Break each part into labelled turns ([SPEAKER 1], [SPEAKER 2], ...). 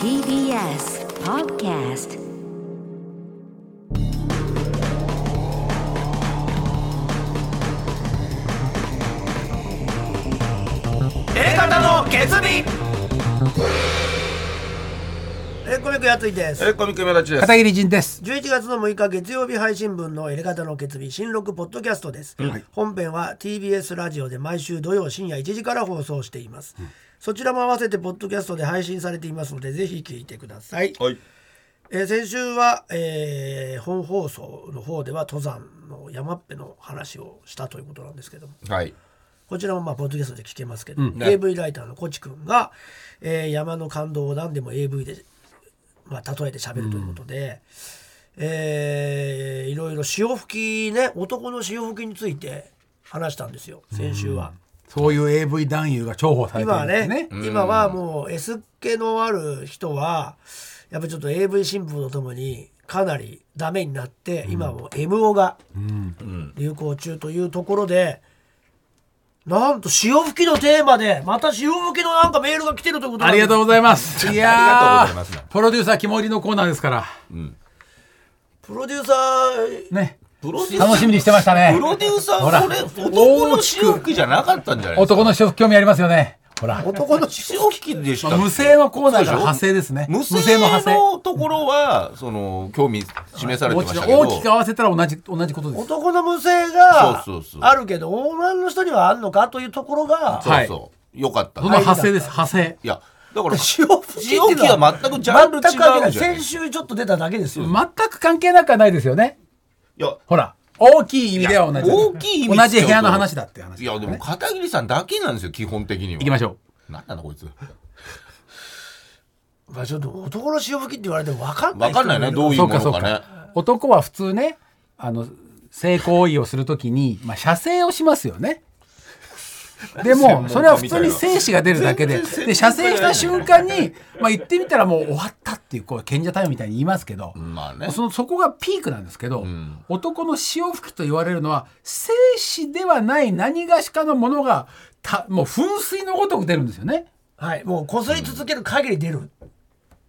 [SPEAKER 1] TBS Podcast
[SPEAKER 2] 方の決意
[SPEAKER 3] えコミックやついです
[SPEAKER 2] えコミック目立ちです
[SPEAKER 4] 片桐仁です。
[SPEAKER 3] 11月の6日月曜日配信分の「エレガタの決日」新録ポッドキャストです、本編は TBS ラジオで毎週土曜深夜1時から放送しています、そちらも合わせてポッドキャストで配信されていますのでぜひ聞いてください、
[SPEAKER 2] はい
[SPEAKER 3] えー先週は、えー本放送の方では登山の山っぺの話をしたということなんですけども
[SPEAKER 2] はい
[SPEAKER 3] こちらもまあポッドキャストで聞けますけど、AV ライターのコチ君が、えー山の感動を何でも AV で、まあ、例えて喋るということで、えーいろいろ潮吹きね男の潮吹きについて話したんですよ先週は。
[SPEAKER 4] そういう AV 男優が重宝されて
[SPEAKER 3] 今
[SPEAKER 4] る
[SPEAKER 3] は
[SPEAKER 4] んで
[SPEAKER 3] ね
[SPEAKER 4] すね。
[SPEAKER 3] 今はもう S 系のある人はやっぱちょっと AV 新聞とともにかなりダメになって、今はもう MO が流行中というところで、なんと潮吹きのテーマでまた潮吹きのなんかメールが来てるということなん
[SPEAKER 4] ありがとう
[SPEAKER 3] う
[SPEAKER 4] ござ います。い
[SPEAKER 2] あ
[SPEAKER 4] や
[SPEAKER 2] りがとうございま
[SPEAKER 4] ー
[SPEAKER 2] す、
[SPEAKER 4] プロデューサー肝入りのコーナーですから。
[SPEAKER 3] プロデューサー
[SPEAKER 4] ね。
[SPEAKER 2] プロデューサー
[SPEAKER 4] 楽しみにしてましたね
[SPEAKER 2] プ。ロデューサ
[SPEAKER 4] ほ
[SPEAKER 2] ー
[SPEAKER 4] ら
[SPEAKER 2] これ男の潮吹きじゃなかったんじゃないですか
[SPEAKER 4] 男の人興味ありますよね。ほら。
[SPEAKER 3] 男の潮
[SPEAKER 2] 潮吹きでしたっけ
[SPEAKER 4] 無声のコーナーから
[SPEAKER 2] そう
[SPEAKER 4] 派生ですね。
[SPEAKER 2] 無
[SPEAKER 4] 無声
[SPEAKER 2] 声
[SPEAKER 4] の派生。
[SPEAKER 2] のところはその興味示されてましたけど
[SPEAKER 4] 大きく合わせたら同じ、同じことです。
[SPEAKER 3] 男の無性が
[SPEAKER 2] そうそうそう
[SPEAKER 3] あるけど女の人にはあんのかというところが
[SPEAKER 2] そうそうよかった
[SPEAKER 4] その
[SPEAKER 2] ね
[SPEAKER 4] 派生です、派生。
[SPEAKER 2] いやだ から
[SPEAKER 3] 潮吹き
[SPEAKER 2] 潮吹きは全くジャンル違う
[SPEAKER 3] 全く関係ない
[SPEAKER 2] じゃんい
[SPEAKER 3] 先週ちょっと出ただけですよ
[SPEAKER 4] 全く関係なくはないですよね。
[SPEAKER 2] や
[SPEAKER 4] ほら。大きい意味では同じ。
[SPEAKER 2] 大きい意味
[SPEAKER 4] 同じ部屋の話だっていう話。
[SPEAKER 2] いやでも片桐さんだけなんですよ基本的には
[SPEAKER 4] 行きましょ
[SPEAKER 2] うなんなのこいつ
[SPEAKER 3] まあちょっと男の潮吹きって言われても分かんない
[SPEAKER 2] わ
[SPEAKER 3] 人も
[SPEAKER 2] かんないね
[SPEAKER 3] る
[SPEAKER 2] どういう
[SPEAKER 4] そう
[SPEAKER 2] も
[SPEAKER 4] かそ
[SPEAKER 2] の
[SPEAKER 4] う
[SPEAKER 2] かね
[SPEAKER 4] か。男は普通ね、あの性行為をするときに、まあ射精をしますよね。でもそれは普通に精子が出るだけでで射精した瞬間に、まあ、言ってみたらもう終わったっていうこう賢者タイムみたいに言いますけど、
[SPEAKER 2] まあね
[SPEAKER 4] そのそこがピークなんですけど、男の潮吹きと言われるのは精子ではない何がしかのものがたもう噴水のごとく出るんですよね。
[SPEAKER 3] はい、もうこすり続ける限り出る、
[SPEAKER 4] っ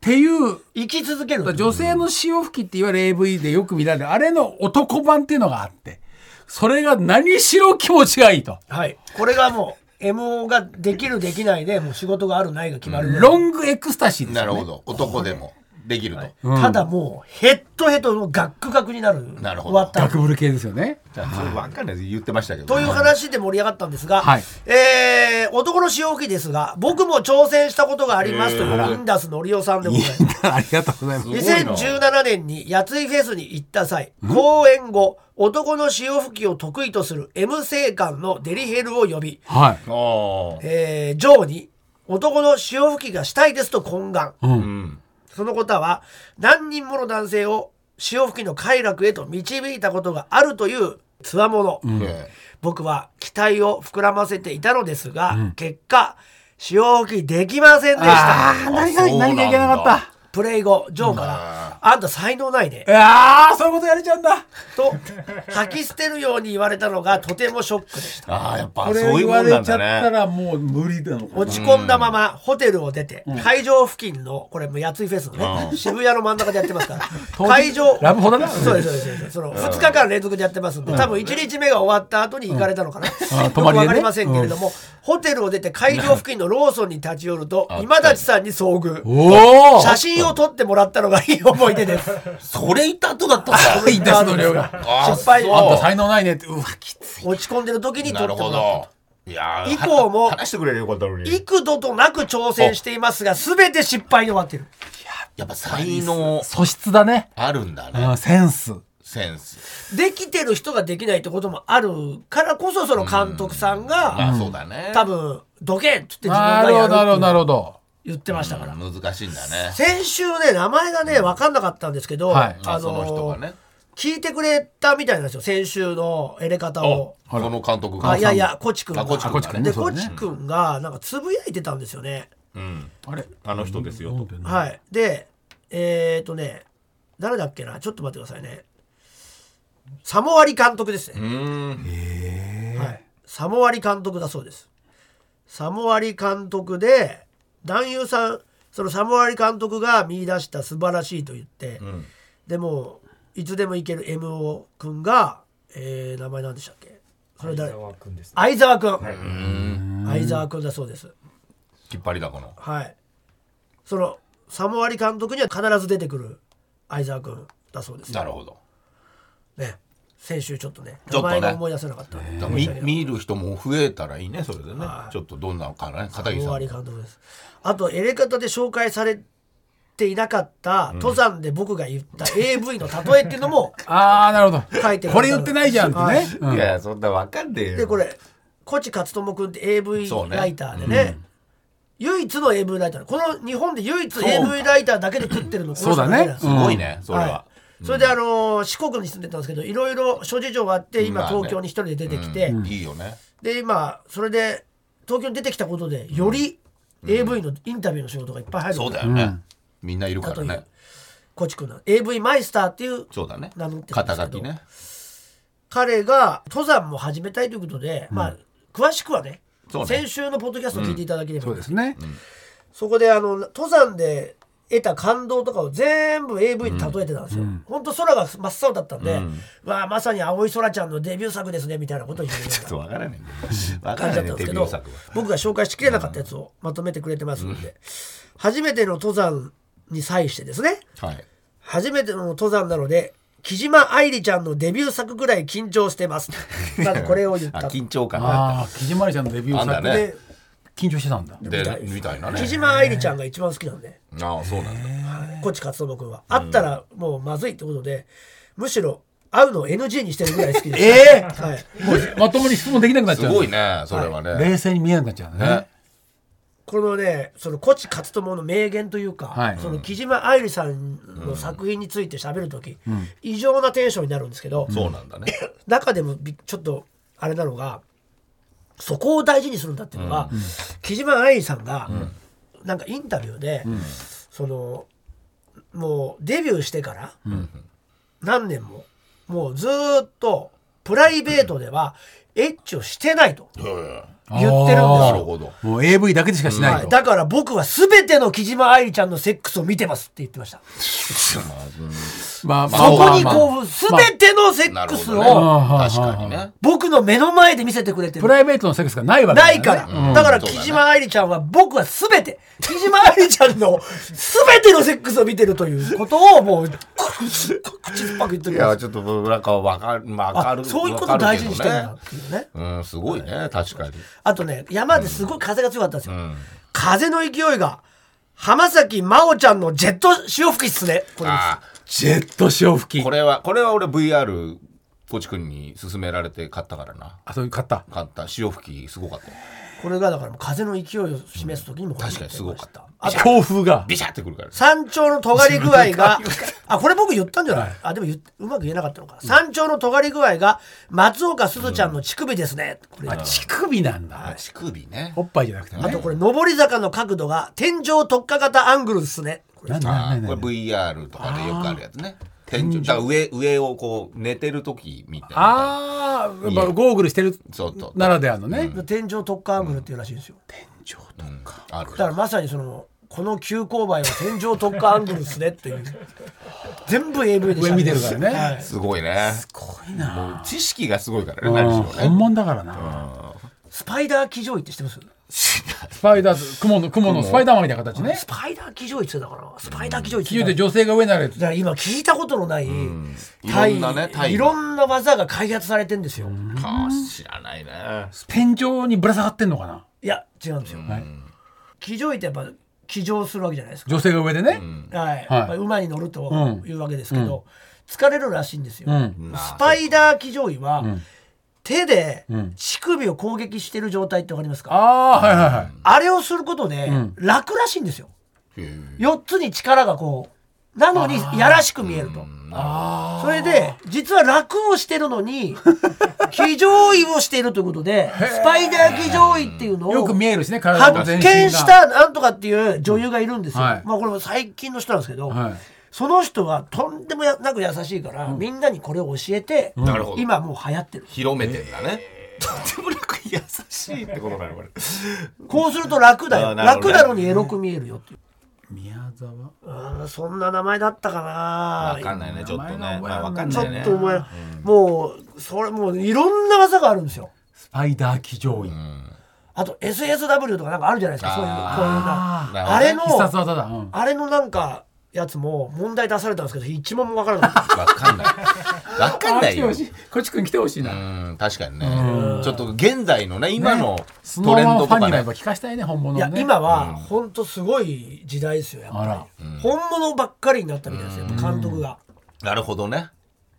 [SPEAKER 4] ていう
[SPEAKER 3] 生き続ける
[SPEAKER 4] 女性の潮吹きっていわゆる AV でよく見られるあれの男版っていうのがあってそれが何しろ気持ちがいいと
[SPEAKER 3] はい、これがもう MO ができるできないでもう仕事があるないが決まるぐらい、
[SPEAKER 4] ロングエクスタシーです
[SPEAKER 2] な
[SPEAKER 4] よ、ね、
[SPEAKER 2] るほど男でもできると、
[SPEAKER 3] ただもうヘッドヘッドのガックガクになる
[SPEAKER 2] なるほ
[SPEAKER 3] 終
[SPEAKER 2] ど
[SPEAKER 3] わった
[SPEAKER 4] ガクブル系ですよね
[SPEAKER 2] じゃあそれ分かんないです言ってましたけど
[SPEAKER 3] という話で盛り上がったんですが、
[SPEAKER 4] はい
[SPEAKER 3] えー男の潮吹きですが僕も挑戦したことがありますと
[SPEAKER 2] へ
[SPEAKER 3] い
[SPEAKER 2] ー
[SPEAKER 3] うインダスのりおさんでご
[SPEAKER 4] い
[SPEAKER 3] ざ
[SPEAKER 4] い
[SPEAKER 3] います
[SPEAKER 4] なありがとうございます
[SPEAKER 2] すごいな
[SPEAKER 3] 2017年にやついフェスに行った際公演後男の潮吹きを得意とする M 生官のデリヘルを呼び、
[SPEAKER 2] あ
[SPEAKER 4] はい
[SPEAKER 2] あ
[SPEAKER 3] えー、ジョーに男の潮吹きがしたいですと懇願、
[SPEAKER 2] うん
[SPEAKER 3] そのことは何人もの男性を潮吹きの快楽へと導いたことがあるというつわもの、
[SPEAKER 2] え
[SPEAKER 3] 僕は期待を膨らませていたのですが、結果潮吹きできませんでし
[SPEAKER 4] あ
[SPEAKER 3] た
[SPEAKER 4] あ何
[SPEAKER 2] あ
[SPEAKER 4] が
[SPEAKER 2] そうなんだ
[SPEAKER 4] 何がいけなかった
[SPEAKER 3] プレイ後ジョーから「あんた才能ないね」
[SPEAKER 4] ああそういうことやれちゃうんだ
[SPEAKER 3] と吐き捨てるように言われたのがとてもショックでした
[SPEAKER 2] ああやっぱ
[SPEAKER 4] これ
[SPEAKER 2] そういう
[SPEAKER 4] 言
[SPEAKER 2] も
[SPEAKER 4] わ
[SPEAKER 2] んな
[SPEAKER 4] れ
[SPEAKER 2] ん
[SPEAKER 4] ち ゃ
[SPEAKER 2] だ
[SPEAKER 4] っ
[SPEAKER 2] ね
[SPEAKER 4] たらもう無理だのかな
[SPEAKER 3] 落ち込んだままホテルを出て会場付近のこれもやついフェスの
[SPEAKER 2] うん
[SPEAKER 3] ね渋谷の真ん中でやってますから
[SPEAKER 4] 当日
[SPEAKER 3] 会場
[SPEAKER 4] ラブホだな
[SPEAKER 3] そうですそうですそうですその2日間連続でやってますんで多分1日目が終わった後に行かれたのかなよ
[SPEAKER 4] あ
[SPEAKER 3] く
[SPEAKER 4] 泊まりでね
[SPEAKER 3] わかりませんけれどもホテルを出て会場付近のローソンに立ち寄ると今立さんに遭遇
[SPEAKER 4] おお
[SPEAKER 3] 写真を撮ってもらったのがいい思い出です
[SPEAKER 2] それいた後だったんだ
[SPEAKER 4] いたその量が
[SPEAKER 2] あー
[SPEAKER 3] 失敗
[SPEAKER 2] そう
[SPEAKER 4] あんた才能ないねってうわきつい
[SPEAKER 3] 落ち込んでる時に撮
[SPEAKER 2] な
[SPEAKER 3] って
[SPEAKER 2] る
[SPEAKER 3] も
[SPEAKER 2] ほ
[SPEAKER 3] らった
[SPEAKER 2] どいやー
[SPEAKER 3] 以降も
[SPEAKER 2] 話してくれるよかったのに
[SPEAKER 3] 幾度となく挑戦していますが全て失敗に終わっている
[SPEAKER 2] やっぱ才能
[SPEAKER 4] 素質だね、
[SPEAKER 2] あるんだ
[SPEAKER 4] う
[SPEAKER 2] ね
[SPEAKER 4] ん、センス
[SPEAKER 2] センス
[SPEAKER 3] できてる人ができないってこともあるからこそその監督さん
[SPEAKER 2] まあ
[SPEAKER 3] が
[SPEAKER 2] そうだね
[SPEAKER 3] 多分どけんっつって自分
[SPEAKER 4] な
[SPEAKER 3] が
[SPEAKER 4] るほ
[SPEAKER 3] や
[SPEAKER 4] どなる
[SPEAKER 3] るって
[SPEAKER 4] ほどなるほど
[SPEAKER 3] 言ってましたから
[SPEAKER 2] 難しいんだね
[SPEAKER 3] 先週ね名前がね分かんなかったんですけど
[SPEAKER 4] はい
[SPEAKER 2] まあその人がね
[SPEAKER 3] 聞いてくれたみたいなんですよ先週のエレ方を
[SPEAKER 2] この監督が
[SPEAKER 3] あいやいやコチ君が
[SPEAKER 2] あコチ君がね
[SPEAKER 3] で
[SPEAKER 4] そう
[SPEAKER 3] コ
[SPEAKER 4] だね
[SPEAKER 3] チ君がなんかつぶやいてたんですよね
[SPEAKER 2] うん
[SPEAKER 4] あれ
[SPEAKER 2] あの人ですよと
[SPEAKER 3] はいでえっとね誰だっけなちょっと待ってくださいねサモアリ監督ですね
[SPEAKER 2] うーん
[SPEAKER 3] はい、サモアリ監督だそうです。サモアリ監督で、男優さんそのサムワリ監督が見出した素晴らしいと言って、でもいつでも行ける MO 君が、えー名前なんでしたっけそれ誰
[SPEAKER 5] 相沢君ですね
[SPEAKER 3] 相沢君相沢君だそうです
[SPEAKER 2] 引っ張りだこの。
[SPEAKER 3] はいそのサムワリ監督には必ず出てくる相沢君だそうです
[SPEAKER 2] なるほど。
[SPEAKER 3] ね先週ちょっとね
[SPEAKER 2] ちょ
[SPEAKER 3] 名
[SPEAKER 2] っと
[SPEAKER 3] 前
[SPEAKER 2] ね
[SPEAKER 3] が思い出せなかったんで
[SPEAKER 2] だからみ見る人も増えたらいいねそれでね。ちょっとどんなのかね片桐
[SPEAKER 3] 大
[SPEAKER 2] さん
[SPEAKER 3] 割
[SPEAKER 2] も。
[SPEAKER 3] 監督ですあとエレカタで紹介されていなかった登山で僕が言った AV の例えっていうの も
[SPEAKER 4] ああなるほど
[SPEAKER 3] 書いてる
[SPEAKER 4] これ言ってないじゃんって
[SPEAKER 3] はい
[SPEAKER 4] ね、うん
[SPEAKER 5] いやそんなわかんねえよ
[SPEAKER 3] でこれコチ勝友君って AV
[SPEAKER 2] そうね
[SPEAKER 3] ライターでね唯一の AV ライターこの日本で唯一 AV ライターだけで食ってるのこの
[SPEAKER 4] そう
[SPEAKER 3] 人
[SPEAKER 4] だ
[SPEAKER 3] だけ
[SPEAKER 4] ね
[SPEAKER 3] なんです
[SPEAKER 2] すごいねそれは。
[SPEAKER 3] い、それであのー四国に住んでたんですけどいろいろ諸事情があって今
[SPEAKER 2] まあね
[SPEAKER 3] 東京に一人で出てきて、
[SPEAKER 2] うんいいよね。
[SPEAKER 3] で今それで東京に出てきたことでより AV のインタビューの仕事がいっぱい入る
[SPEAKER 2] そうだよね。みんないるからね。
[SPEAKER 3] コチ君の AV マイスターっていう
[SPEAKER 2] そうだね
[SPEAKER 3] 名乗って。たんで
[SPEAKER 2] 肩
[SPEAKER 3] すけ
[SPEAKER 2] 書
[SPEAKER 3] ど
[SPEAKER 2] きね。
[SPEAKER 3] 彼が登山も始めたいということで、まあ詳しくはね
[SPEAKER 2] そうね
[SPEAKER 3] 先週のポッドキャストを聞いていただければ、
[SPEAKER 4] そうですね、
[SPEAKER 3] そこであの登山で得た感動とかを全部 AV に例えてたんですよ、ほんと空が真っ青だったんで、わあまさに青い空ちゃんのデビュー作ですねみたいなことを言って
[SPEAKER 2] ちょっとわか らない。わか
[SPEAKER 3] 感
[SPEAKER 2] ら
[SPEAKER 3] じ
[SPEAKER 2] な
[SPEAKER 3] だ
[SPEAKER 2] い
[SPEAKER 3] ったんですけ
[SPEAKER 2] ねデビュー
[SPEAKER 3] ど、
[SPEAKER 2] 作は。
[SPEAKER 3] 僕が紹介しきれなかったやつをまとめてくれてますんで、初めての登山に際してですね
[SPEAKER 2] はい。
[SPEAKER 3] 初めての登山なので木島愛理ちゃんのデビュー作ぐらい緊張してます まずこれを言っ
[SPEAKER 2] あ
[SPEAKER 3] た
[SPEAKER 2] 緊張感があっ
[SPEAKER 4] ああ木島愛ちゃんのデビュー
[SPEAKER 2] あ
[SPEAKER 4] 作
[SPEAKER 2] んだね
[SPEAKER 4] で緊張してたんだ
[SPEAKER 2] た。でみたいなね。
[SPEAKER 3] 木島愛理ちゃんが一番好きなんで
[SPEAKER 2] ああそうなんだ。
[SPEAKER 3] こっち勝友君は会ったらもうまずいってことでむしろ会うのを NG にしてるぐらい好きですええはい、
[SPEAKER 4] もうまともに質問できなくなっち
[SPEAKER 2] す
[SPEAKER 4] ゃう
[SPEAKER 2] ごいねそれはね。
[SPEAKER 4] 冷静に見えなくなっちゃうね
[SPEAKER 2] ね
[SPEAKER 3] このねそのコチ勝友の名言というか、
[SPEAKER 4] はい
[SPEAKER 3] その木島愛理さんの作品について喋る時、異常なテンションになるんですけど、
[SPEAKER 2] そうなんだね。
[SPEAKER 3] 中でもびちょっとあれなのがそこを大事にするんだっていうのが、木島愛理さんが、なんかインタビューで、そのもうデビューしてから、何年ももうずーっとプライベートではエッチをしてないと
[SPEAKER 2] へえ
[SPEAKER 3] 言ってるんです
[SPEAKER 2] な
[SPEAKER 3] よ
[SPEAKER 2] る。ほど。
[SPEAKER 4] もう AV だけでしかしない
[SPEAKER 3] はい
[SPEAKER 4] と、
[SPEAKER 3] だから僕は全ての木島愛理ちゃんのセックスを見てますって言ってましたそこに
[SPEAKER 4] まあまあまあまあ
[SPEAKER 3] こう全てのセックス
[SPEAKER 2] なるほど
[SPEAKER 3] を
[SPEAKER 4] ああ
[SPEAKER 2] 確かにね。
[SPEAKER 3] 僕の目の前で見せてくれて
[SPEAKER 4] プ
[SPEAKER 3] る
[SPEAKER 4] ライベートのセックスがないわけだ
[SPEAKER 3] な
[SPEAKER 4] よね
[SPEAKER 3] いからだから木島愛理ちゃんは僕は全て木島愛理ちゃんの全てのセックスを見てるということをもう口口酸っぱく言って
[SPEAKER 2] い
[SPEAKER 3] る
[SPEAKER 2] やちょっとなんかわかるまあわかる
[SPEAKER 3] そういうこと大事にしてるんだ
[SPEAKER 2] わか
[SPEAKER 3] っていうね
[SPEAKER 2] けどねうんすごいね確かに
[SPEAKER 3] あとね山ですごい風が強かったんですよ、風の勢いが浜崎真央ちゃんのジェット潮吹きっすねこれです
[SPEAKER 2] あ
[SPEAKER 4] ジェット潮吹
[SPEAKER 2] ー
[SPEAKER 4] き
[SPEAKER 2] これはこれは俺 VR コチ君に勧められて買ったからな
[SPEAKER 4] あそういう買った
[SPEAKER 2] 買った潮吹きすごかったよ
[SPEAKER 3] これがだからもう風の勢いを示す時にも
[SPEAKER 2] 確かにすごかった
[SPEAKER 3] あと
[SPEAKER 4] 強風が
[SPEAKER 2] ビシャってくるから
[SPEAKER 3] 山頂の尖り具合が あこれ僕言ったんじゃない、あでも言っうまく言えなかったのか山頂の尖り具合が松岡すずちゃんの乳首ですね、これ
[SPEAKER 4] あ乳首なんだ
[SPEAKER 2] 乳首ね
[SPEAKER 4] おっぱいじゃなくてね
[SPEAKER 3] あとこれ上り坂の角度が天井特化型アングルですねこれ
[SPEAKER 4] なんだな
[SPEAKER 2] あ
[SPEAKER 4] んだ
[SPEAKER 2] ー
[SPEAKER 4] なん
[SPEAKER 2] これ VR とかでよくあるやつね天井だから上上をこう寝てる時みたいな
[SPEAKER 4] ああやっぱゴーグルしてる
[SPEAKER 2] そうそう
[SPEAKER 4] ならではのね
[SPEAKER 3] 天井特化アングルっていうらしいんですよ、
[SPEAKER 2] あ
[SPEAKER 3] だか
[SPEAKER 2] る
[SPEAKER 3] らまさにそのこの急勾配は天井特化アングルですねっていう全部 AV で
[SPEAKER 4] 上見てるからね
[SPEAKER 3] はい
[SPEAKER 2] すごいね
[SPEAKER 4] すごいな
[SPEAKER 2] 知識がすごいからね何しろ
[SPEAKER 4] 本
[SPEAKER 2] ね
[SPEAKER 4] 物だからな
[SPEAKER 3] スパイダー騎乗位って知ってます
[SPEAKER 4] スパイダーズ雲の雲のスパイダーマンみたいな形ね
[SPEAKER 3] スパイダー騎乗位って言ってたからスパイダー騎乗位って
[SPEAKER 4] 比喩
[SPEAKER 3] 言って
[SPEAKER 4] で
[SPEAKER 3] た
[SPEAKER 4] 女性が上になるやつ
[SPEAKER 3] だから今聞いたことのない、
[SPEAKER 2] いろんなね
[SPEAKER 3] タ
[SPEAKER 2] タ
[SPEAKER 3] イ
[SPEAKER 2] イ
[SPEAKER 3] いろんな技が開発されてんですよ、
[SPEAKER 2] はあ知らないね
[SPEAKER 4] 天井にぶら下がってんのかない
[SPEAKER 3] や違うんですよ、
[SPEAKER 4] はい
[SPEAKER 3] 騎乗位ってやっぱ騎乗するわけじゃないですか、
[SPEAKER 4] 女性が上でね
[SPEAKER 3] はいやっぱり馬に乗ると
[SPEAKER 4] うん
[SPEAKER 3] いうわけですけど、疲れるらしいんですよ、
[SPEAKER 4] うん
[SPEAKER 3] スパイダー騎乗位は、手で乳首を攻撃してる状態ってわかりますか、
[SPEAKER 4] ああはいはいはい
[SPEAKER 3] あれをすることで楽らしいんですよ、4つに力がこうなのにやらしく見えると。それで実は楽をしてるのに騎乗位をしているということでスパイダー騎乗位っていうのを
[SPEAKER 4] よく見えるしね体の
[SPEAKER 3] 発
[SPEAKER 4] 全身が
[SPEAKER 3] 見したなんとかっていう女優がいるんですよ。
[SPEAKER 4] はい
[SPEAKER 3] まあこれも最近の人なんですけど、
[SPEAKER 4] はい
[SPEAKER 3] その人はとんでもなく優しいから、みんなにこれを教えて、
[SPEAKER 2] なるほど
[SPEAKER 3] 今もう流行ってる。
[SPEAKER 2] 広めてんだね
[SPEAKER 3] とんでもなく優
[SPEAKER 5] 優しいってことなの これ
[SPEAKER 3] こうすると楽だよ
[SPEAKER 2] あーなるほ
[SPEAKER 3] 楽
[SPEAKER 2] どね
[SPEAKER 3] なのにエロく見えるよっていう
[SPEAKER 4] 宮沢
[SPEAKER 3] あーそんな名前だったかな
[SPEAKER 2] わかんないねちょっとね
[SPEAKER 4] 名前が
[SPEAKER 2] まあわかん
[SPEAKER 3] ちょ
[SPEAKER 2] ないね
[SPEAKER 3] っとお前、もうそれもういろんな技があるんですよ
[SPEAKER 4] スパイダー騎乗員、
[SPEAKER 3] あと SSW とかなんかあるじゃないですかそういうこういう
[SPEAKER 4] あ
[SPEAKER 2] ー
[SPEAKER 3] なあれの
[SPEAKER 4] 必殺技だ、うん
[SPEAKER 3] あれのなんかやつも問題出されたんですけど一問もわからなかっ
[SPEAKER 2] わかん ない。わかんないよ
[SPEAKER 4] あ。来てほしいこっちくん来てほしいな、
[SPEAKER 2] うん、確かにね。ちょっと現代のね、今のト
[SPEAKER 4] スノ
[SPEAKER 2] レ
[SPEAKER 4] ー
[SPEAKER 2] ン
[SPEAKER 4] マン
[SPEAKER 2] ド
[SPEAKER 4] フ
[SPEAKER 2] と
[SPEAKER 4] ァン
[SPEAKER 2] か
[SPEAKER 4] になれ
[SPEAKER 2] ね
[SPEAKER 4] ば。聞かしたいね本
[SPEAKER 3] た
[SPEAKER 4] 物
[SPEAKER 3] い
[SPEAKER 4] の
[SPEAKER 3] や
[SPEAKER 4] ね
[SPEAKER 3] 今は本当すごい時代ですよやっ
[SPEAKER 4] あ
[SPEAKER 3] ぱ
[SPEAKER 4] ら
[SPEAKER 3] り本物ばっかりになったみたいですよやっぱ監督が
[SPEAKER 2] なるほどね。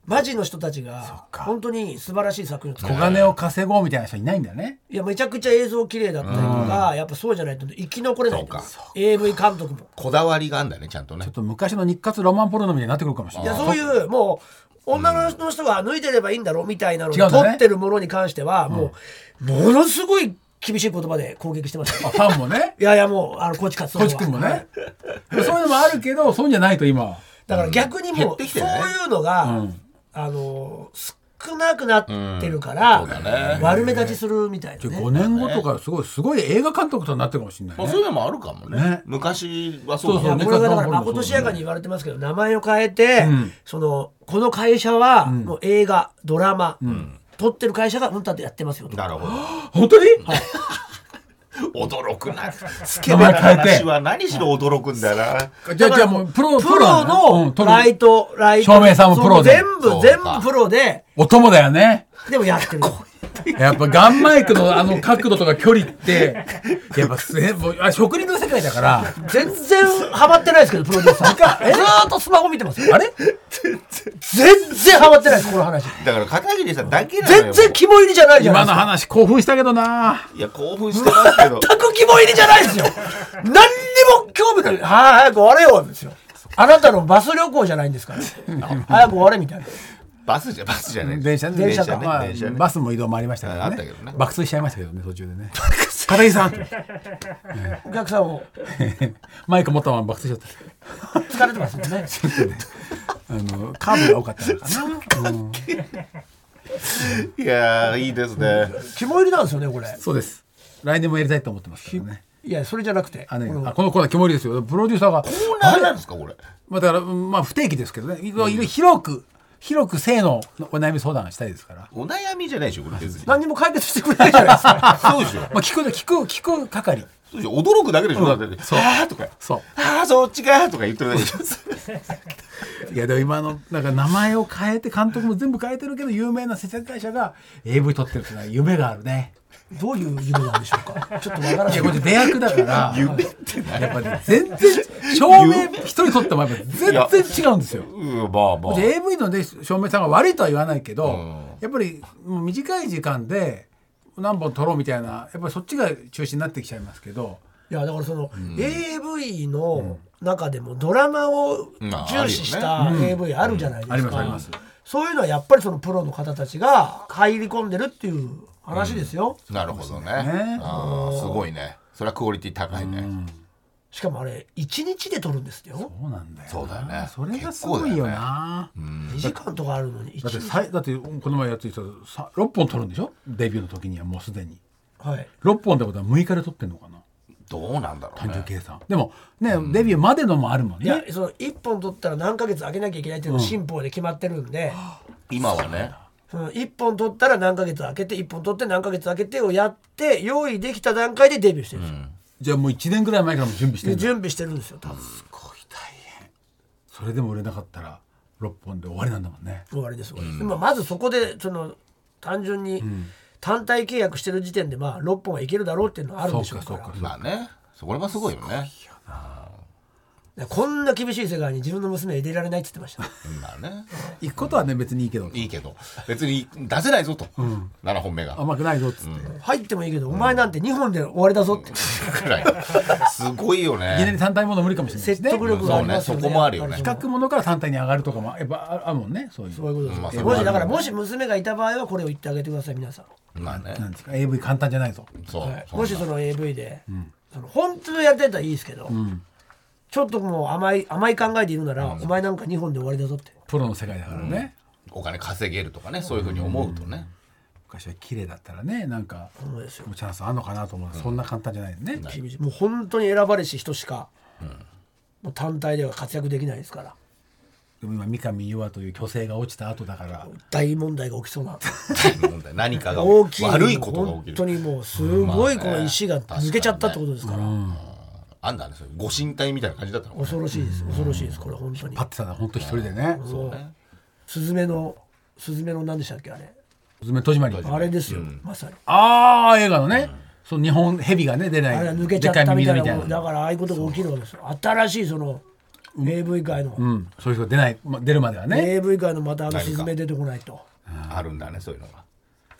[SPEAKER 3] マジの人たちが
[SPEAKER 4] か
[SPEAKER 3] 本当に素晴らしい作品を作
[SPEAKER 4] 小
[SPEAKER 3] る
[SPEAKER 4] 金を稼ごうみたいな人いないんだよね
[SPEAKER 3] いやめちゃくちゃ映像綺麗だったりとか、やっぱそうじゃないと生き残れないと
[SPEAKER 2] そう
[SPEAKER 3] AV 監督も
[SPEAKER 2] こだわりがあるんだね、ちゃんとね
[SPEAKER 4] ちょっ。と昔の日活ロマンポルノみたいになってくるかもしれ
[SPEAKER 3] い
[SPEAKER 4] な
[SPEAKER 3] や
[SPEAKER 4] い
[SPEAKER 3] そういうもう女の人が脱いでればいいんだろうみたいなのを
[SPEAKER 4] 違うん
[SPEAKER 3] 撮
[SPEAKER 4] だね
[SPEAKER 3] ってるものに関してはもうものすごい厳しい言葉で攻撃してました
[SPEAKER 4] あ
[SPEAKER 3] よ
[SPEAKER 4] ファンもね
[SPEAKER 3] いやいやもうあのコーチ活
[SPEAKER 4] こ
[SPEAKER 3] 動
[SPEAKER 4] っちくんもねそういうのもあるけどそうじゃないと今は
[SPEAKER 3] だから逆に
[SPEAKER 2] 減
[SPEAKER 3] も
[SPEAKER 2] っ
[SPEAKER 3] う、
[SPEAKER 2] てき
[SPEAKER 3] そ
[SPEAKER 2] て
[SPEAKER 3] う
[SPEAKER 2] るね
[SPEAKER 3] いうのが、
[SPEAKER 4] うん
[SPEAKER 3] あの少なくなってるから、
[SPEAKER 2] うんそうだね
[SPEAKER 3] 悪目立ちするみたいな、ね
[SPEAKER 4] 5年後とかすごいすごい映画監督となってるかもしれない、
[SPEAKER 2] まあ
[SPEAKER 4] ね
[SPEAKER 2] そういうのもあるかもね
[SPEAKER 4] ね。
[SPEAKER 2] 昔はそう
[SPEAKER 3] い
[SPEAKER 2] だ
[SPEAKER 3] や
[SPEAKER 2] ね。
[SPEAKER 3] これがだから
[SPEAKER 4] そう
[SPEAKER 3] まことしやかに言われてますけど名前を変えて、
[SPEAKER 4] うん
[SPEAKER 3] そのこの会社はもう映画、ドラマ、撮ってる会社がうんたってやってますよと
[SPEAKER 2] なるほ
[SPEAKER 4] 本当に、
[SPEAKER 2] ど。驚く な。つけ麺の話は何しろ驚くんだよな。
[SPEAKER 4] じゃあじゃあもうプロ
[SPEAKER 3] プロ
[SPEAKER 4] う
[SPEAKER 3] の
[SPEAKER 4] ん撮る
[SPEAKER 3] ライト、ライト
[SPEAKER 4] 照明さんもプロ
[SPEAKER 3] そ
[SPEAKER 4] で
[SPEAKER 3] う全部
[SPEAKER 2] そう
[SPEAKER 3] 全
[SPEAKER 2] か
[SPEAKER 3] 部プロで
[SPEAKER 4] お供だよね
[SPEAKER 3] でもやってる
[SPEAKER 4] やっぱガンマイクのあの角度とか距離ってやっぱすもうあ職人の世界だから
[SPEAKER 3] 全然ハマってないですけどプロデューサ ーずーっとスマホ見てますよ
[SPEAKER 4] あれ
[SPEAKER 3] 全然ハマってないですこの話
[SPEAKER 2] だから片桐さんだけなのよ
[SPEAKER 3] 全然肝入りじゃないじゃないで
[SPEAKER 4] 今
[SPEAKER 3] すか
[SPEAKER 4] の話興奮したけどない
[SPEAKER 2] や、興奮してますけど。
[SPEAKER 3] 全く肝入りじゃないですよ何にも興味ないはい早く終われよですよあなたのバス旅行じゃないんですから早く終われみたいな
[SPEAKER 2] バスじゃ、バスじゃねえ。
[SPEAKER 4] 電車ね
[SPEAKER 3] 電車か
[SPEAKER 2] ね
[SPEAKER 4] まあ
[SPEAKER 2] 電車ね
[SPEAKER 4] バスも移動もありましたか
[SPEAKER 2] ああ
[SPEAKER 4] ら
[SPEAKER 2] っ
[SPEAKER 4] ね
[SPEAKER 2] たけどね
[SPEAKER 4] 爆睡しちゃいましたけどね途中でね片桐さんって
[SPEAKER 3] お客さんも
[SPEAKER 4] マイク持ったまま爆睡しちゃっ
[SPEAKER 3] 疲れてますもんね
[SPEAKER 4] たあのカーブが多かったのかない
[SPEAKER 2] やー、いいですね。
[SPEAKER 3] 肝入りなんですよねこれ
[SPEAKER 4] そうです来年もやりたいと思ってますからね
[SPEAKER 3] いやそれじゃなくて
[SPEAKER 4] あ
[SPEAKER 3] こ
[SPEAKER 4] の
[SPEAKER 3] の
[SPEAKER 4] あこのコーナー肝入りですよプロデューサーが
[SPEAKER 2] コーナーなんですか、これ。
[SPEAKER 4] まあ、だから、うんまあ、不定期ですけどね、いろいろ広く、広く性のお悩み相談したいですから。
[SPEAKER 2] お悩みじゃないでしょ、これ別に。
[SPEAKER 3] 何にも解決してくれないじゃないですか
[SPEAKER 2] そうでしょ。
[SPEAKER 4] まあ、聞く、聞く、聞く係。
[SPEAKER 2] そうでしょ驚くだけでしょ、だって。
[SPEAKER 4] そう
[SPEAKER 2] あーとか。
[SPEAKER 4] そ
[SPEAKER 2] ああ、そっちかとか言ってるだけでしょ。
[SPEAKER 4] う。いや、でも今の、なんか名前を変えて、監督も全部変えてるけど、有名な制作会社が AV 撮ってるっていうのは夢があるね。
[SPEAKER 3] どういう夢なんでしょうかちょっとわからないい
[SPEAKER 4] や、これ出役だから、
[SPEAKER 2] 夢ってない。
[SPEAKER 4] やっぱね、全然、照明一人撮ってもやっぱ全然違うんですよ。
[SPEAKER 2] うん、まあまあ。
[SPEAKER 4] AV ので照明さんが悪いとは言わないけど、
[SPEAKER 2] ん
[SPEAKER 4] やっぱりもう短い時間で何本撮ろうみたいなやっぱりそっちが中心になってきちゃいますけど
[SPEAKER 3] いやだからその AV の中でもドラマを
[SPEAKER 2] まあ
[SPEAKER 3] 重視した AV あるじゃないで
[SPEAKER 4] あり
[SPEAKER 3] す
[SPEAKER 4] ますありま
[SPEAKER 3] か
[SPEAKER 4] す
[SPEAKER 3] そういうのはやっぱりそのプロの方たちが入り込んでるっていう話ですよ
[SPEAKER 2] なるほどね。
[SPEAKER 4] ね
[SPEAKER 2] あーすごいね。それはクオリティ高いね。
[SPEAKER 3] しかもあれ1日で撮るんですよ
[SPEAKER 4] そうなんだよな
[SPEAKER 2] そうだよね
[SPEAKER 4] それがすごいよなだ,、
[SPEAKER 3] 2時間とかあるのに
[SPEAKER 4] って
[SPEAKER 3] 1日
[SPEAKER 4] さいだってこの前やってたさ6本撮るんでしょデビューの時にはもうすでに
[SPEAKER 3] はい
[SPEAKER 4] 6本ってことは6日で撮ってんのかな
[SPEAKER 2] どうなんだろう
[SPEAKER 4] 単純
[SPEAKER 2] ね。
[SPEAKER 4] 計算、でもね、デビューまでのもあるもん
[SPEAKER 3] いや
[SPEAKER 4] ね
[SPEAKER 3] その1本取ったら何ヶ月空けなきゃいけないっていうのが新法で決まってるんで、
[SPEAKER 2] 今はね。
[SPEAKER 3] その1本取ったら何ヶ月空けて1本取って何ヶ月空けてをやって用意できた段階でデビューしてるんですよ、
[SPEAKER 4] じゃあもう1年ぐらい前からも準備して
[SPEAKER 3] で
[SPEAKER 4] る
[SPEAKER 3] 準備してるんですよ多分
[SPEAKER 4] それでも売れなかったら6本で終わりなんだもんね
[SPEAKER 3] 終わりです終わりです、まあまずそこでその単純に単体契約してる時点でまあ6本はいけるだろうっていうのはあるん
[SPEAKER 4] そう
[SPEAKER 3] でしょう
[SPEAKER 4] か
[SPEAKER 3] か
[SPEAKER 4] そう
[SPEAKER 3] ら
[SPEAKER 4] か
[SPEAKER 2] まあね。それもすごいよね。
[SPEAKER 3] こんな厳しい世界に自分の娘入れられないって言ってました
[SPEAKER 2] まあね。
[SPEAKER 4] 行くことはね別にいいけど
[SPEAKER 2] いいけど、別に出せないぞと。7本目が。
[SPEAKER 4] 甘くないぞっつって、
[SPEAKER 3] 入ってもいいけどお前なんて2本で終わりだぞって、
[SPEAKER 2] くらい。すごいよ
[SPEAKER 4] いきなり
[SPEAKER 2] ね。
[SPEAKER 4] 単体もの無理かもしれないですね
[SPEAKER 3] 説得力がありますよね,、
[SPEAKER 2] そうねそこもあるよね
[SPEAKER 4] 比較ものから単体に上がるとかもやっぱああるもんねそういう
[SPEAKER 3] そういうことです、
[SPEAKER 2] まあそれも
[SPEAKER 3] も
[SPEAKER 2] ある
[SPEAKER 3] しだからもし娘がいた場合はこれを言ってあげてください皆さん
[SPEAKER 2] まあね。
[SPEAKER 4] なんですか AV 簡単じゃないぞ
[SPEAKER 2] そ。
[SPEAKER 3] はいうもしその AV で、その本当にやってたらいいですけど、ちょっともう甘い甘い考えでいるなら、お前なんか2本で終わりだぞって
[SPEAKER 4] プロの世界だからね、
[SPEAKER 2] お金稼げるとかね、そういうふうに思うとね。
[SPEAKER 4] 昔は綺麗だったらねなんか
[SPEAKER 3] そうですよ
[SPEAKER 4] もうチャンスあんのかなと思う、そんな簡単じゃないよね、
[SPEAKER 3] 厳しいもう本当に選ばれし人しか、もう単体では活躍できないですから
[SPEAKER 4] でも今三上優愛という虚勢が落ちた後だから
[SPEAKER 3] 大問題が起きそうな
[SPEAKER 2] 問題何かが
[SPEAKER 3] 大きい
[SPEAKER 2] 悪いことが起き
[SPEAKER 3] 本
[SPEAKER 2] る
[SPEAKER 3] 当にもうすごい
[SPEAKER 2] まあ
[SPEAKER 3] こ
[SPEAKER 2] ね
[SPEAKER 3] の石が抜けちゃったってことですから、
[SPEAKER 2] あんだねそれご神体みたいな感じだったのかな
[SPEAKER 3] 恐ろしいです恐ろしいですこれ本当に
[SPEAKER 4] パッてたら本当一人でね
[SPEAKER 3] そうスズメのスズメの何でしたっけあれ
[SPEAKER 4] 「ずめ戸締まり」
[SPEAKER 3] あれですよ、まさに
[SPEAKER 4] ああ映画のね、そう日本蛇がね出ない
[SPEAKER 3] あれが抜けちゃったみたいなもん
[SPEAKER 4] でっか
[SPEAKER 3] だからああいうことが起きるわけですよ新しいその AV 界の、
[SPEAKER 4] い耳のうんそういう人が出ない、ま、出るまではね
[SPEAKER 3] AV 界のまたあのスズメ出てこないと
[SPEAKER 2] あるんだねそういうのが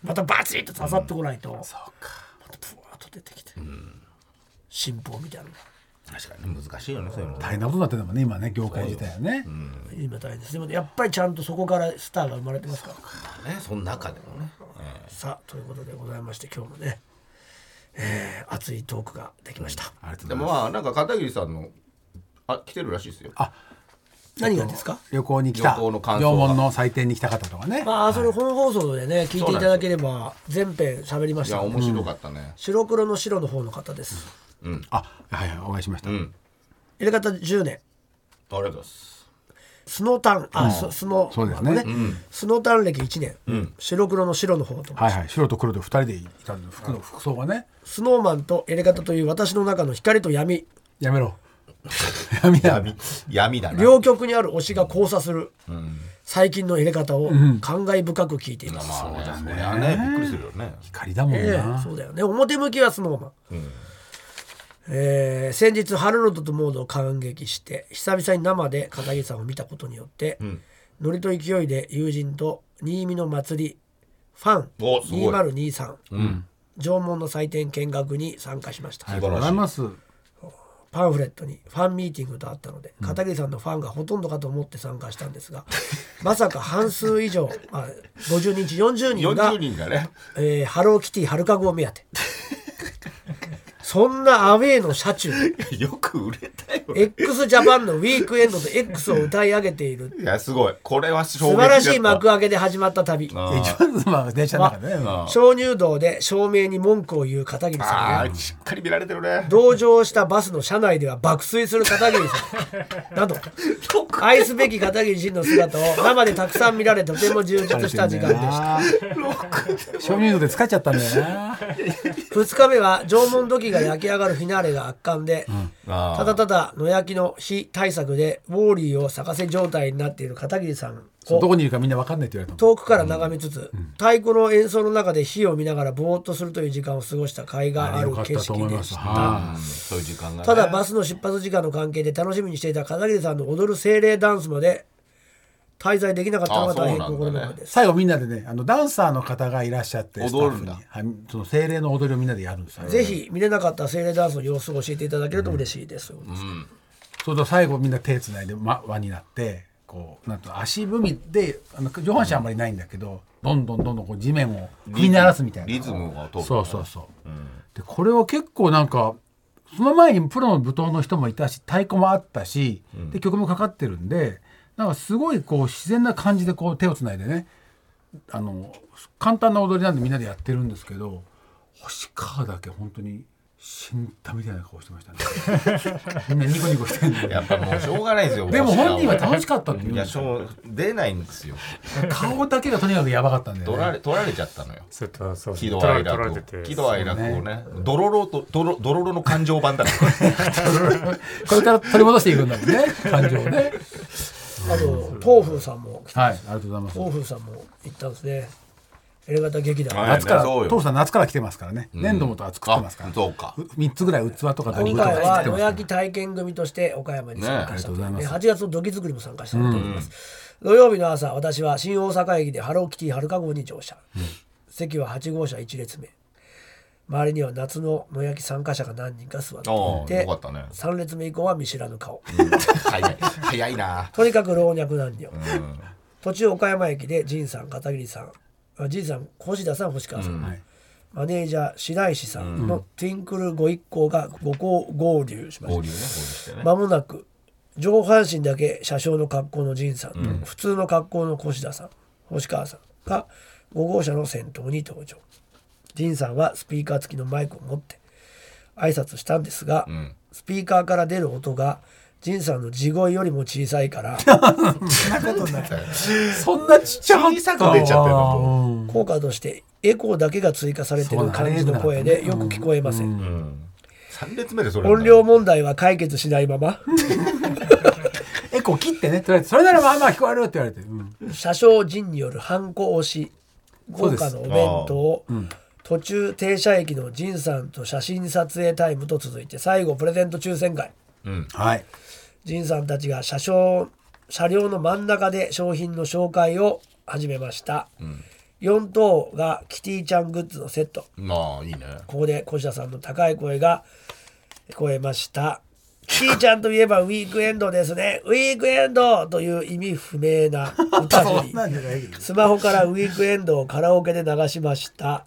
[SPEAKER 3] またバチッと刺さってこないと、そうかまたブワーッと出てきて、新法みたいなのが
[SPEAKER 2] 確かに難しいよねそういうの
[SPEAKER 4] 大変なことになってたもんね今ね業界自体はね、
[SPEAKER 3] 今大変ですでもやっぱりちゃんとそこからスターが生まれてますから
[SPEAKER 2] ねその中でもね
[SPEAKER 3] さあということでございまして今日もね、えー熱いトークができました、
[SPEAKER 4] ありがとう
[SPEAKER 2] で
[SPEAKER 4] ござい
[SPEAKER 2] も
[SPEAKER 4] ます
[SPEAKER 2] まあなんか片桐さんのあ来てるらしいですよ
[SPEAKER 3] 何がですか
[SPEAKER 4] 旅行に来た
[SPEAKER 2] 旅行の感想が
[SPEAKER 4] 縄文の祭典に来た方とかね、
[SPEAKER 3] まあそれ本放送でね聞いていただければ全編喋りまし
[SPEAKER 2] い
[SPEAKER 3] た
[SPEAKER 2] や
[SPEAKER 3] ので
[SPEAKER 2] 面白かったね
[SPEAKER 3] 白黒の白の方の方です
[SPEAKER 4] あはいはいお会いしました、
[SPEAKER 3] 入れ方10年
[SPEAKER 2] ありがとうございます
[SPEAKER 3] スノータンあ、ススノー
[SPEAKER 4] そうですね
[SPEAKER 3] スノータン歴1年、白黒の白の方と、
[SPEAKER 4] はいはい白と黒で二人でいたんで服の服装がね
[SPEAKER 3] スノーマンと入れ方という私の中の光と闇
[SPEAKER 4] やめ ろやめやめ
[SPEAKER 2] 闇だな
[SPEAKER 3] 両極にある推しが交差する、最近の入れ方を感慨深く聞いています、
[SPEAKER 2] まあねそりゃねびっくりするよね
[SPEAKER 4] 光だもんな、
[SPEAKER 3] ええそうだよね表向きはスノーマン、えー先日ハルロドとモードを感激して久々に生で片桐さんを見たことによって、ノリと勢いで友人と新見の祭りファン
[SPEAKER 2] おすごい
[SPEAKER 3] 2023、縄文の祭典見学に参加しました、
[SPEAKER 4] ありがとうございます
[SPEAKER 3] パンフレットにファンミーティングとあったので片桐さんのファンがほとんどかと思って参加したんですがまさか半数以上、まあ、50人中40人が
[SPEAKER 2] 40人がね
[SPEAKER 3] えーハローキティ春かご目当てそんなアウェーの車中
[SPEAKER 2] よく売れたよね
[SPEAKER 3] x ジャパンのウィークエンドと X を歌い上げている
[SPEAKER 2] いやすごいこれは衝
[SPEAKER 3] 素
[SPEAKER 2] 撃
[SPEAKER 3] 晴
[SPEAKER 2] だった
[SPEAKER 3] らしい幕開けで始まった旅
[SPEAKER 2] あ
[SPEAKER 4] 一番まあ電車の中でね、
[SPEAKER 3] 鍾乳洞で照明に文句を言う片桐さん
[SPEAKER 2] あ
[SPEAKER 3] や
[SPEAKER 2] ーしっかり見られてるね
[SPEAKER 3] 同乗したバスの車内では爆睡する片桐さんな ど愛すべき片桐仁の姿を生でたくさん見られとても充実した時間でした
[SPEAKER 4] した。ミューで疲れちゃったんだよな。
[SPEAKER 3] 2日目は縄文土器が焼き上がるフィナーレが圧巻で、
[SPEAKER 2] あー
[SPEAKER 3] ただただ野焼きの非対策でウォーリーを咲かせ状態になっている片桐さん
[SPEAKER 4] そうど
[SPEAKER 3] を
[SPEAKER 4] こにいるかみんなわかんないって言われたもん。
[SPEAKER 3] 遠くから眺めつつ、太鼓の演奏の中で火を見ながらぼーっとするという時間を過ごした甲斐がある
[SPEAKER 4] よかった
[SPEAKER 3] 景
[SPEAKER 4] と思
[SPEAKER 3] 色
[SPEAKER 4] いま。
[SPEAKER 3] ですした。
[SPEAKER 4] は
[SPEAKER 2] そういう時間がね
[SPEAKER 3] ただバスの出発時間の関係で楽しみにしていた片桐さんの踊る精霊ダンスまで滞在できなかったのが大変心の中
[SPEAKER 4] い
[SPEAKER 3] です。
[SPEAKER 4] 最後みんなでね、あのダンサーの方がいらっしゃって、
[SPEAKER 2] 踊るんだ
[SPEAKER 4] スタッフにはいその精霊の踊りをみんなでやるんですよ。
[SPEAKER 3] ぜひ見れなかった精霊ダンスの様子を教えていただけると嬉しいです。
[SPEAKER 4] それと最後みんな手つないで、ま、輪になって、こう、なんと足踏みで、あの上半身あんまりないんだけど、どんどんどんどんこう地面を踏み鳴らすみたいな。
[SPEAKER 2] リズムを取る
[SPEAKER 4] そうそうそう、でこれは結構なんかその前にプロの舞踏の人もいたし太鼓もあったし、で曲もかかってるんでなんかすごいこう自然な感じでこう手をつないでねあの簡単な踊りなんでみんなでやってるんですけど星川だけ本当に死んだみたいな顔して ましたねみんなニコニコしてるんで
[SPEAKER 2] やっぱもうしょうがないですよ
[SPEAKER 4] でも本人は楽
[SPEAKER 2] し
[SPEAKER 4] しかったって言う
[SPEAKER 2] い
[SPEAKER 4] ん
[SPEAKER 2] や
[SPEAKER 4] です
[SPEAKER 2] し
[SPEAKER 4] よ
[SPEAKER 2] ょう出ないんですよ
[SPEAKER 4] 顔だけがとにかくやばかったんで、
[SPEAKER 2] 取ら
[SPEAKER 4] ね、
[SPEAKER 2] れ取られちゃったのよ
[SPEAKER 5] そうやったそう
[SPEAKER 2] 喜
[SPEAKER 5] 取
[SPEAKER 2] 怒
[SPEAKER 5] ら
[SPEAKER 2] 哀
[SPEAKER 5] れ取られて
[SPEAKER 2] 楽
[SPEAKER 5] て
[SPEAKER 2] を喜怒哀楽をねドロロとドロドロロの感情 版だから
[SPEAKER 4] これから取り戻していくんだもんね感情をね
[SPEAKER 3] あと、東風さんも来て
[SPEAKER 4] はいありがとうございます
[SPEAKER 3] 東風さんも行ったんですね。エレガタ劇団。
[SPEAKER 2] はい
[SPEAKER 4] 夏から、
[SPEAKER 2] そうよ
[SPEAKER 4] 父さん夏から来てますからね、粘土もとは作ってますから
[SPEAKER 2] あそうか
[SPEAKER 4] 3つぐらい器とか道具
[SPEAKER 3] 今回
[SPEAKER 4] とか作っ
[SPEAKER 3] は野
[SPEAKER 4] てますから
[SPEAKER 3] 焼き体験組として岡山に参加したという
[SPEAKER 4] ねあ
[SPEAKER 3] ね
[SPEAKER 4] り
[SPEAKER 3] 8月の土器作りも参加したと思います、土曜日の朝私は新大阪駅でハローキティ春か号に乗車、席は8号車1列目周りには夏の野焼き参加者が何人か座ってい
[SPEAKER 2] ああ
[SPEAKER 3] て、
[SPEAKER 2] よかったね
[SPEAKER 3] 3列目以降は見知らぬ顔
[SPEAKER 2] 早い早いな
[SPEAKER 3] とにかく老若男女、途中岡山駅で仁さん片桐さんあ仁さん越田さん星川さん、
[SPEAKER 4] はい
[SPEAKER 3] マネージャー白石さんのティンクルご一行がごこ合流しました
[SPEAKER 2] 合流ね合流してね
[SPEAKER 3] まもなく上半身だけ車掌の格好の仁さんと、普通の格好の越田さん星川さんが5号車の先頭に登場仁さんはスピーカー付きのマイクを持って挨拶したんですが、スピーカーから出る音が仁さんの地声よりも小さいから
[SPEAKER 4] そんなちっちゃかった
[SPEAKER 2] 小さく出ちゃってるのも
[SPEAKER 3] 効果としてエコーだけが追加されてる感じの声でよく聞こえません
[SPEAKER 2] 三列目でそれ
[SPEAKER 3] 音量問題は解決しないまま
[SPEAKER 4] エコー切ってねとりあえずそれならまあまあ聞こえるって言われて、うん
[SPEAKER 3] 車掌陣によるハンコ押し豪華のお弁当を途中停車駅の仁さんと写真撮影タイムと続いて最後プレゼント抽選会
[SPEAKER 4] はい
[SPEAKER 3] 仁さんたちが車掌車両の真ん中で商品の紹介を始めました、4等がキティちゃんグッズのセット
[SPEAKER 2] まあいいね
[SPEAKER 3] ここで小下さんの高い声が聞こえましたキティちゃんといえばウィークエンドですねウィークエンドという意味不明な歌 にスマホからウィークエンドをカラオケで流しました、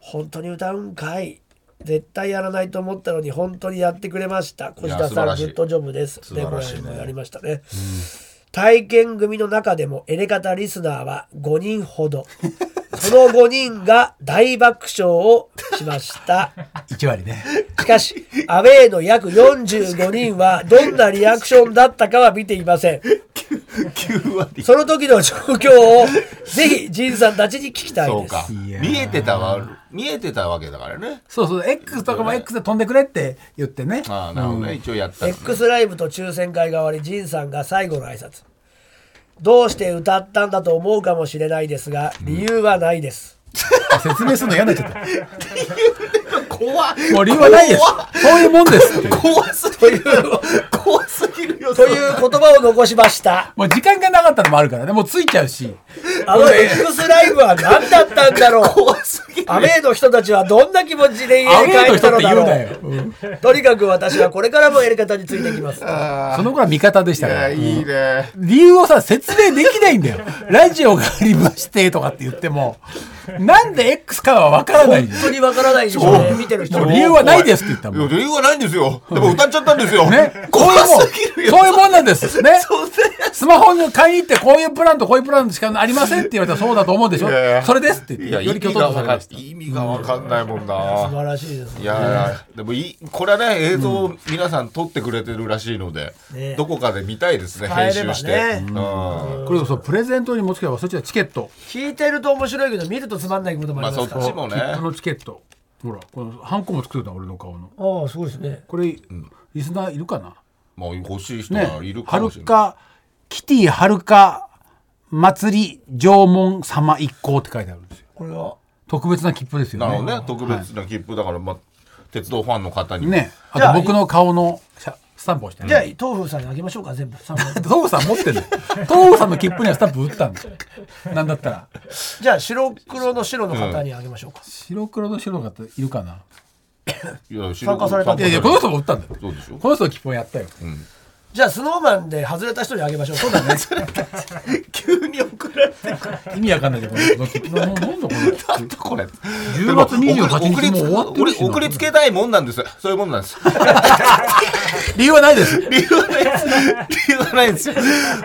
[SPEAKER 3] 本当に歌うんかい絶対やらないと思ったのに本当にやってくれました小下
[SPEAKER 2] 素
[SPEAKER 3] さんグ
[SPEAKER 2] 晴らしい
[SPEAKER 3] ッドジョブです
[SPEAKER 2] 素晴らしいね
[SPEAKER 3] これもやりましたね、体験組の中でもエレカタリスナーは5人ほ どその5人が大爆笑をしました
[SPEAKER 4] 1割ね
[SPEAKER 3] しかし、アウェイの約45人はどんなリアクションだったかは見ていません。
[SPEAKER 2] 9割
[SPEAKER 3] その時の状況をぜひジンさんたちに聞きたい
[SPEAKER 2] そう
[SPEAKER 3] です
[SPEAKER 2] か。
[SPEAKER 4] いやー
[SPEAKER 2] 見えてたわ見えてたわけだからね
[SPEAKER 4] そうそう X とかも X で飛んでくれって言ってね
[SPEAKER 2] ああなるほどね一応やったのね
[SPEAKER 3] X ライブと抽選会が終わり、ジンさんが最後の挨拶。どうして歌ったんだと思うかもしれないですが、理由はないです。
[SPEAKER 4] 説明するの嫌になっちゃった
[SPEAKER 2] 怖
[SPEAKER 4] もう理由はないです
[SPEAKER 2] 怖
[SPEAKER 4] そういうもんですっていう
[SPEAKER 2] 怖すぎるよ怖すぎるよ
[SPEAKER 3] という言葉を残しました。
[SPEAKER 4] もう時間がなかったのもあるからねもうついちゃうし
[SPEAKER 3] あの X ライブは何だったんだろう。
[SPEAKER 2] 怖すぎる
[SPEAKER 3] アウェイの人たちはどんな気持ちで
[SPEAKER 4] アウ
[SPEAKER 3] 家に
[SPEAKER 4] ェ
[SPEAKER 3] 帰
[SPEAKER 4] イの
[SPEAKER 3] った
[SPEAKER 4] 人っ
[SPEAKER 3] の
[SPEAKER 4] て
[SPEAKER 3] だ
[SPEAKER 4] 言う
[SPEAKER 3] ろ
[SPEAKER 4] な
[SPEAKER 3] う。
[SPEAKER 4] よ、うん
[SPEAKER 3] とにかく私はこれからもやり方についていきます。
[SPEAKER 4] その頃は味方でしたから
[SPEAKER 2] いいね
[SPEAKER 4] 理由をさ説明できない んだよラジオがありましてとかって言ってもなんで X かは分からないんだよ
[SPEAKER 3] 本当にわからないでしょうね、見てる人
[SPEAKER 4] もう
[SPEAKER 3] も。
[SPEAKER 4] 理由はないですって言ったもん
[SPEAKER 2] いや理由はないんですよでも歌っちゃったんですよ
[SPEAKER 4] ね、こう
[SPEAKER 2] 怖
[SPEAKER 4] いうもん、
[SPEAKER 2] すぎるよ
[SPEAKER 4] そういうもんなんですね。スマホに買いに行って、こういうプランとこういうプランしかありませんって言われたら、そうだと思うでしょ
[SPEAKER 2] いやいや。
[SPEAKER 4] それですって言
[SPEAKER 2] い
[SPEAKER 4] って、
[SPEAKER 2] や
[SPEAKER 4] よ
[SPEAKER 2] 意
[SPEAKER 4] り強
[SPEAKER 2] 味
[SPEAKER 4] 調
[SPEAKER 2] が
[SPEAKER 4] さ
[SPEAKER 2] 分
[SPEAKER 4] れ
[SPEAKER 2] か
[SPEAKER 4] ま
[SPEAKER 2] ん
[SPEAKER 4] した。
[SPEAKER 2] 意味が分かんないもん
[SPEAKER 3] 素
[SPEAKER 2] な
[SPEAKER 3] 晴らしいです
[SPEAKER 2] い。やいやでもいいこれはね映像を皆さん撮ってくれてるらしいので、
[SPEAKER 3] ね
[SPEAKER 2] どこかで見たいですね
[SPEAKER 3] 使えれ
[SPEAKER 2] 編
[SPEAKER 3] ばね
[SPEAKER 2] 集して、うん
[SPEAKER 4] これこそ、プレゼントに持ちけば、そっちはチケット。
[SPEAKER 3] 聞いてると面白いけど、見るとつまんないことも
[SPEAKER 2] ま
[SPEAKER 3] あ
[SPEAKER 2] あ
[SPEAKER 3] り
[SPEAKER 2] そ
[SPEAKER 3] ま
[SPEAKER 2] っ
[SPEAKER 3] すから。
[SPEAKER 2] ちもね
[SPEAKER 4] このチケット。ほら、このハンコも作ってた、俺の顔の。
[SPEAKER 3] ああ、すごいですね。
[SPEAKER 4] これ、リスナーいるかな。
[SPEAKER 2] もう欲しい人がい
[SPEAKER 4] ね
[SPEAKER 2] る、か
[SPEAKER 4] は
[SPEAKER 2] も
[SPEAKER 4] る
[SPEAKER 2] しれない、
[SPEAKER 4] か、キティはるか。祭り縄文様一行って書いてあるんですよ。
[SPEAKER 3] これは。
[SPEAKER 4] 特別な切符ですよ
[SPEAKER 2] なる
[SPEAKER 4] ね。
[SPEAKER 2] ほどね特別な切符だから、まあ、鉄道ファンの方にも
[SPEAKER 4] ね、あ
[SPEAKER 3] じゃあ
[SPEAKER 4] と僕の顔の写スタンプをしてね。
[SPEAKER 3] じゃあ、豆腐さんにあげましょうか、全部。三本
[SPEAKER 4] 東郷さん持って んだよ。東郷さんの切符にはスタンプ打ったんだよ。なんだったら。
[SPEAKER 3] じゃあ、白黒の白の方にあげましょうか。
[SPEAKER 4] 白黒の白の方いるかな。
[SPEAKER 2] いや
[SPEAKER 3] 参加されたん
[SPEAKER 4] い
[SPEAKER 3] だ
[SPEAKER 4] やいや、この人も打ったんだよ。
[SPEAKER 2] そうでしょ
[SPEAKER 4] この人の切符をやったよ。
[SPEAKER 3] じゃあ、スノーマンで外れた人にあげましょう。そうだね。
[SPEAKER 2] 急に送られてくる
[SPEAKER 4] 意味わかんないじゃん、このこの切符。ななんだこれ。
[SPEAKER 2] なんだこれ
[SPEAKER 4] 10月28日もう終わって
[SPEAKER 2] 送
[SPEAKER 4] る
[SPEAKER 2] り
[SPEAKER 4] しな
[SPEAKER 2] 送りつけたいもんなんですそういうもんなんです
[SPEAKER 4] 理由はないです。
[SPEAKER 2] 理由はないです理由はないです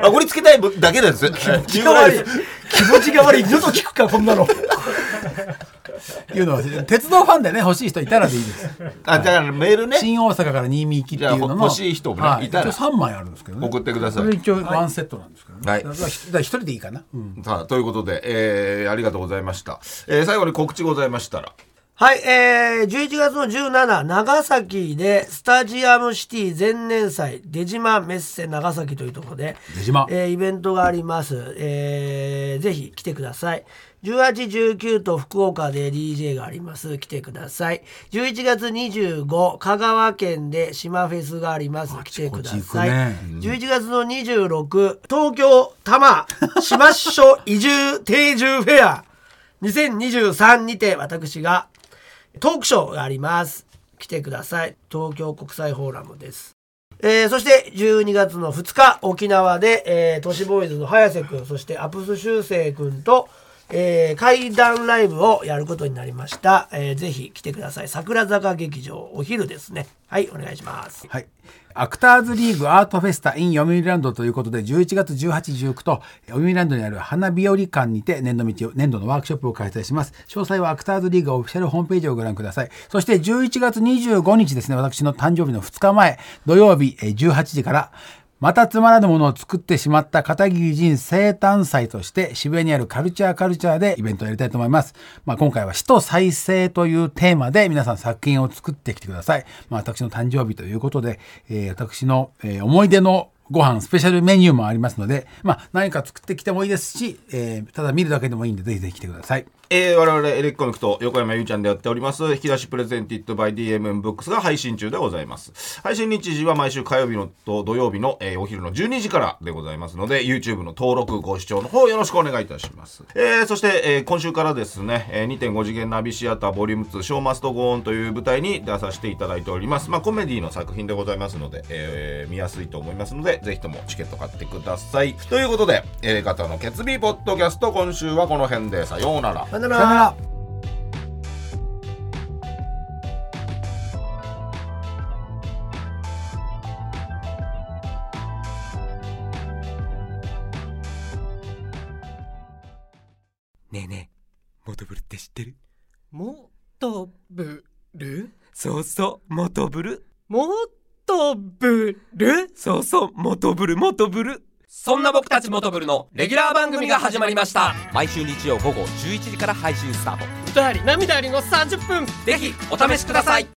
[SPEAKER 2] あ送りつけたいだけなんです理由はないです
[SPEAKER 3] 気持ちが悪い。二度と聞くか、こんなの。
[SPEAKER 4] いうのは、鉄道ファンでね、欲しい人いたらでいいです。
[SPEAKER 2] あだからメールね
[SPEAKER 4] 新大阪から新見行きっていうの
[SPEAKER 2] じ
[SPEAKER 4] の。
[SPEAKER 2] ゃあ欲しい人もね
[SPEAKER 4] はい
[SPEAKER 2] たら
[SPEAKER 4] 一応3枚あるんですけどね。
[SPEAKER 2] 送ってください
[SPEAKER 4] これ一応ワンセットなんですけどね。
[SPEAKER 2] はい
[SPEAKER 4] だからだから一人でいいかな。うん
[SPEAKER 2] さあということで、えーありがとうございました、えー最後に告知ございましたら
[SPEAKER 3] はい、えー、11月の17、長崎で、スタジアムシティ前年祭、出島メッセ長崎というところで、
[SPEAKER 4] 出島
[SPEAKER 3] えーイベントがあります。えーぜひ来てください。18、19と福岡で DJ があります。来てください。11月25、香川県で島フェスがあります。来てくだ
[SPEAKER 4] ちこち行
[SPEAKER 3] さ
[SPEAKER 4] く
[SPEAKER 3] い。
[SPEAKER 4] ね
[SPEAKER 3] 11月の26、東京多摩島市所移住定住フェア2023にて私がトークショーがあります。来てください。東京国際フォーラムです。えーそして12月の2日沖縄で、えー都市ボーイズの早瀬くんそしてアプス修正くんと、えー、怪談ライブをやることになりました、えー、ぜひ来てください桜坂劇場お昼ですねはいお願いします
[SPEAKER 4] はい。アクターズリーグアートフェスタ in 読売ランドということで11月18、19と読売ランドにある花日和館にて年度道を年度のワークショップを開催します。詳細はアクターズリーグオフィシャルホームページをご覧ください。そして11月25日ですね、私の誕生日の2日前、土曜日えー18時からまたつまらぬものを作ってしまった片桐仁生誕祭として渋谷にあるカルチャーカルチャーでイベントをやりたいと思います。まあ、今回は死と再生というテーマで皆さん作品を作ってきてください。まあ、私の誕生日ということで、えー私の、えー思い出のご飯スペシャルメニューもありますので、まあ、何か作ってきてもいいですし、えーただ見るだけでもいいんでぜひぜひ来てください。
[SPEAKER 2] えー、我々エレコミックと横山ゆうちゃんでやっております引き出しプレゼンティットバイ DMM ブックスが配信中でございます配信日時は毎週火曜日のと土曜日の、えーお昼の12時からでございますので YouTube の登録ご視聴の方よろしくお願いいたします、えー、そして、えー今週からですね、えー2.5次元ナビシアターボリューム2ショーマストゴーンという舞台に出させていただいておりますまあコメディの作品でございますので、えー見やすいと思いますのでぜひともチケット買ってくださいということでエレ方の決意ポッドキャスト今週はこの辺でさようなら
[SPEAKER 3] さよな
[SPEAKER 4] さよな
[SPEAKER 3] ら
[SPEAKER 4] ら。
[SPEAKER 6] ねえねえ、モトブルって知ってる
[SPEAKER 7] もとぶる
[SPEAKER 6] そうそう、モトブル。
[SPEAKER 7] もとぶる
[SPEAKER 6] そうそう、モトブル、モトブル。
[SPEAKER 8] そんな僕たちモトブルのレギュラー番組が始まりました
[SPEAKER 6] 毎週日曜午後11時から配信スタート。
[SPEAKER 7] 歌あり涙ありの30分
[SPEAKER 8] ぜひお試しください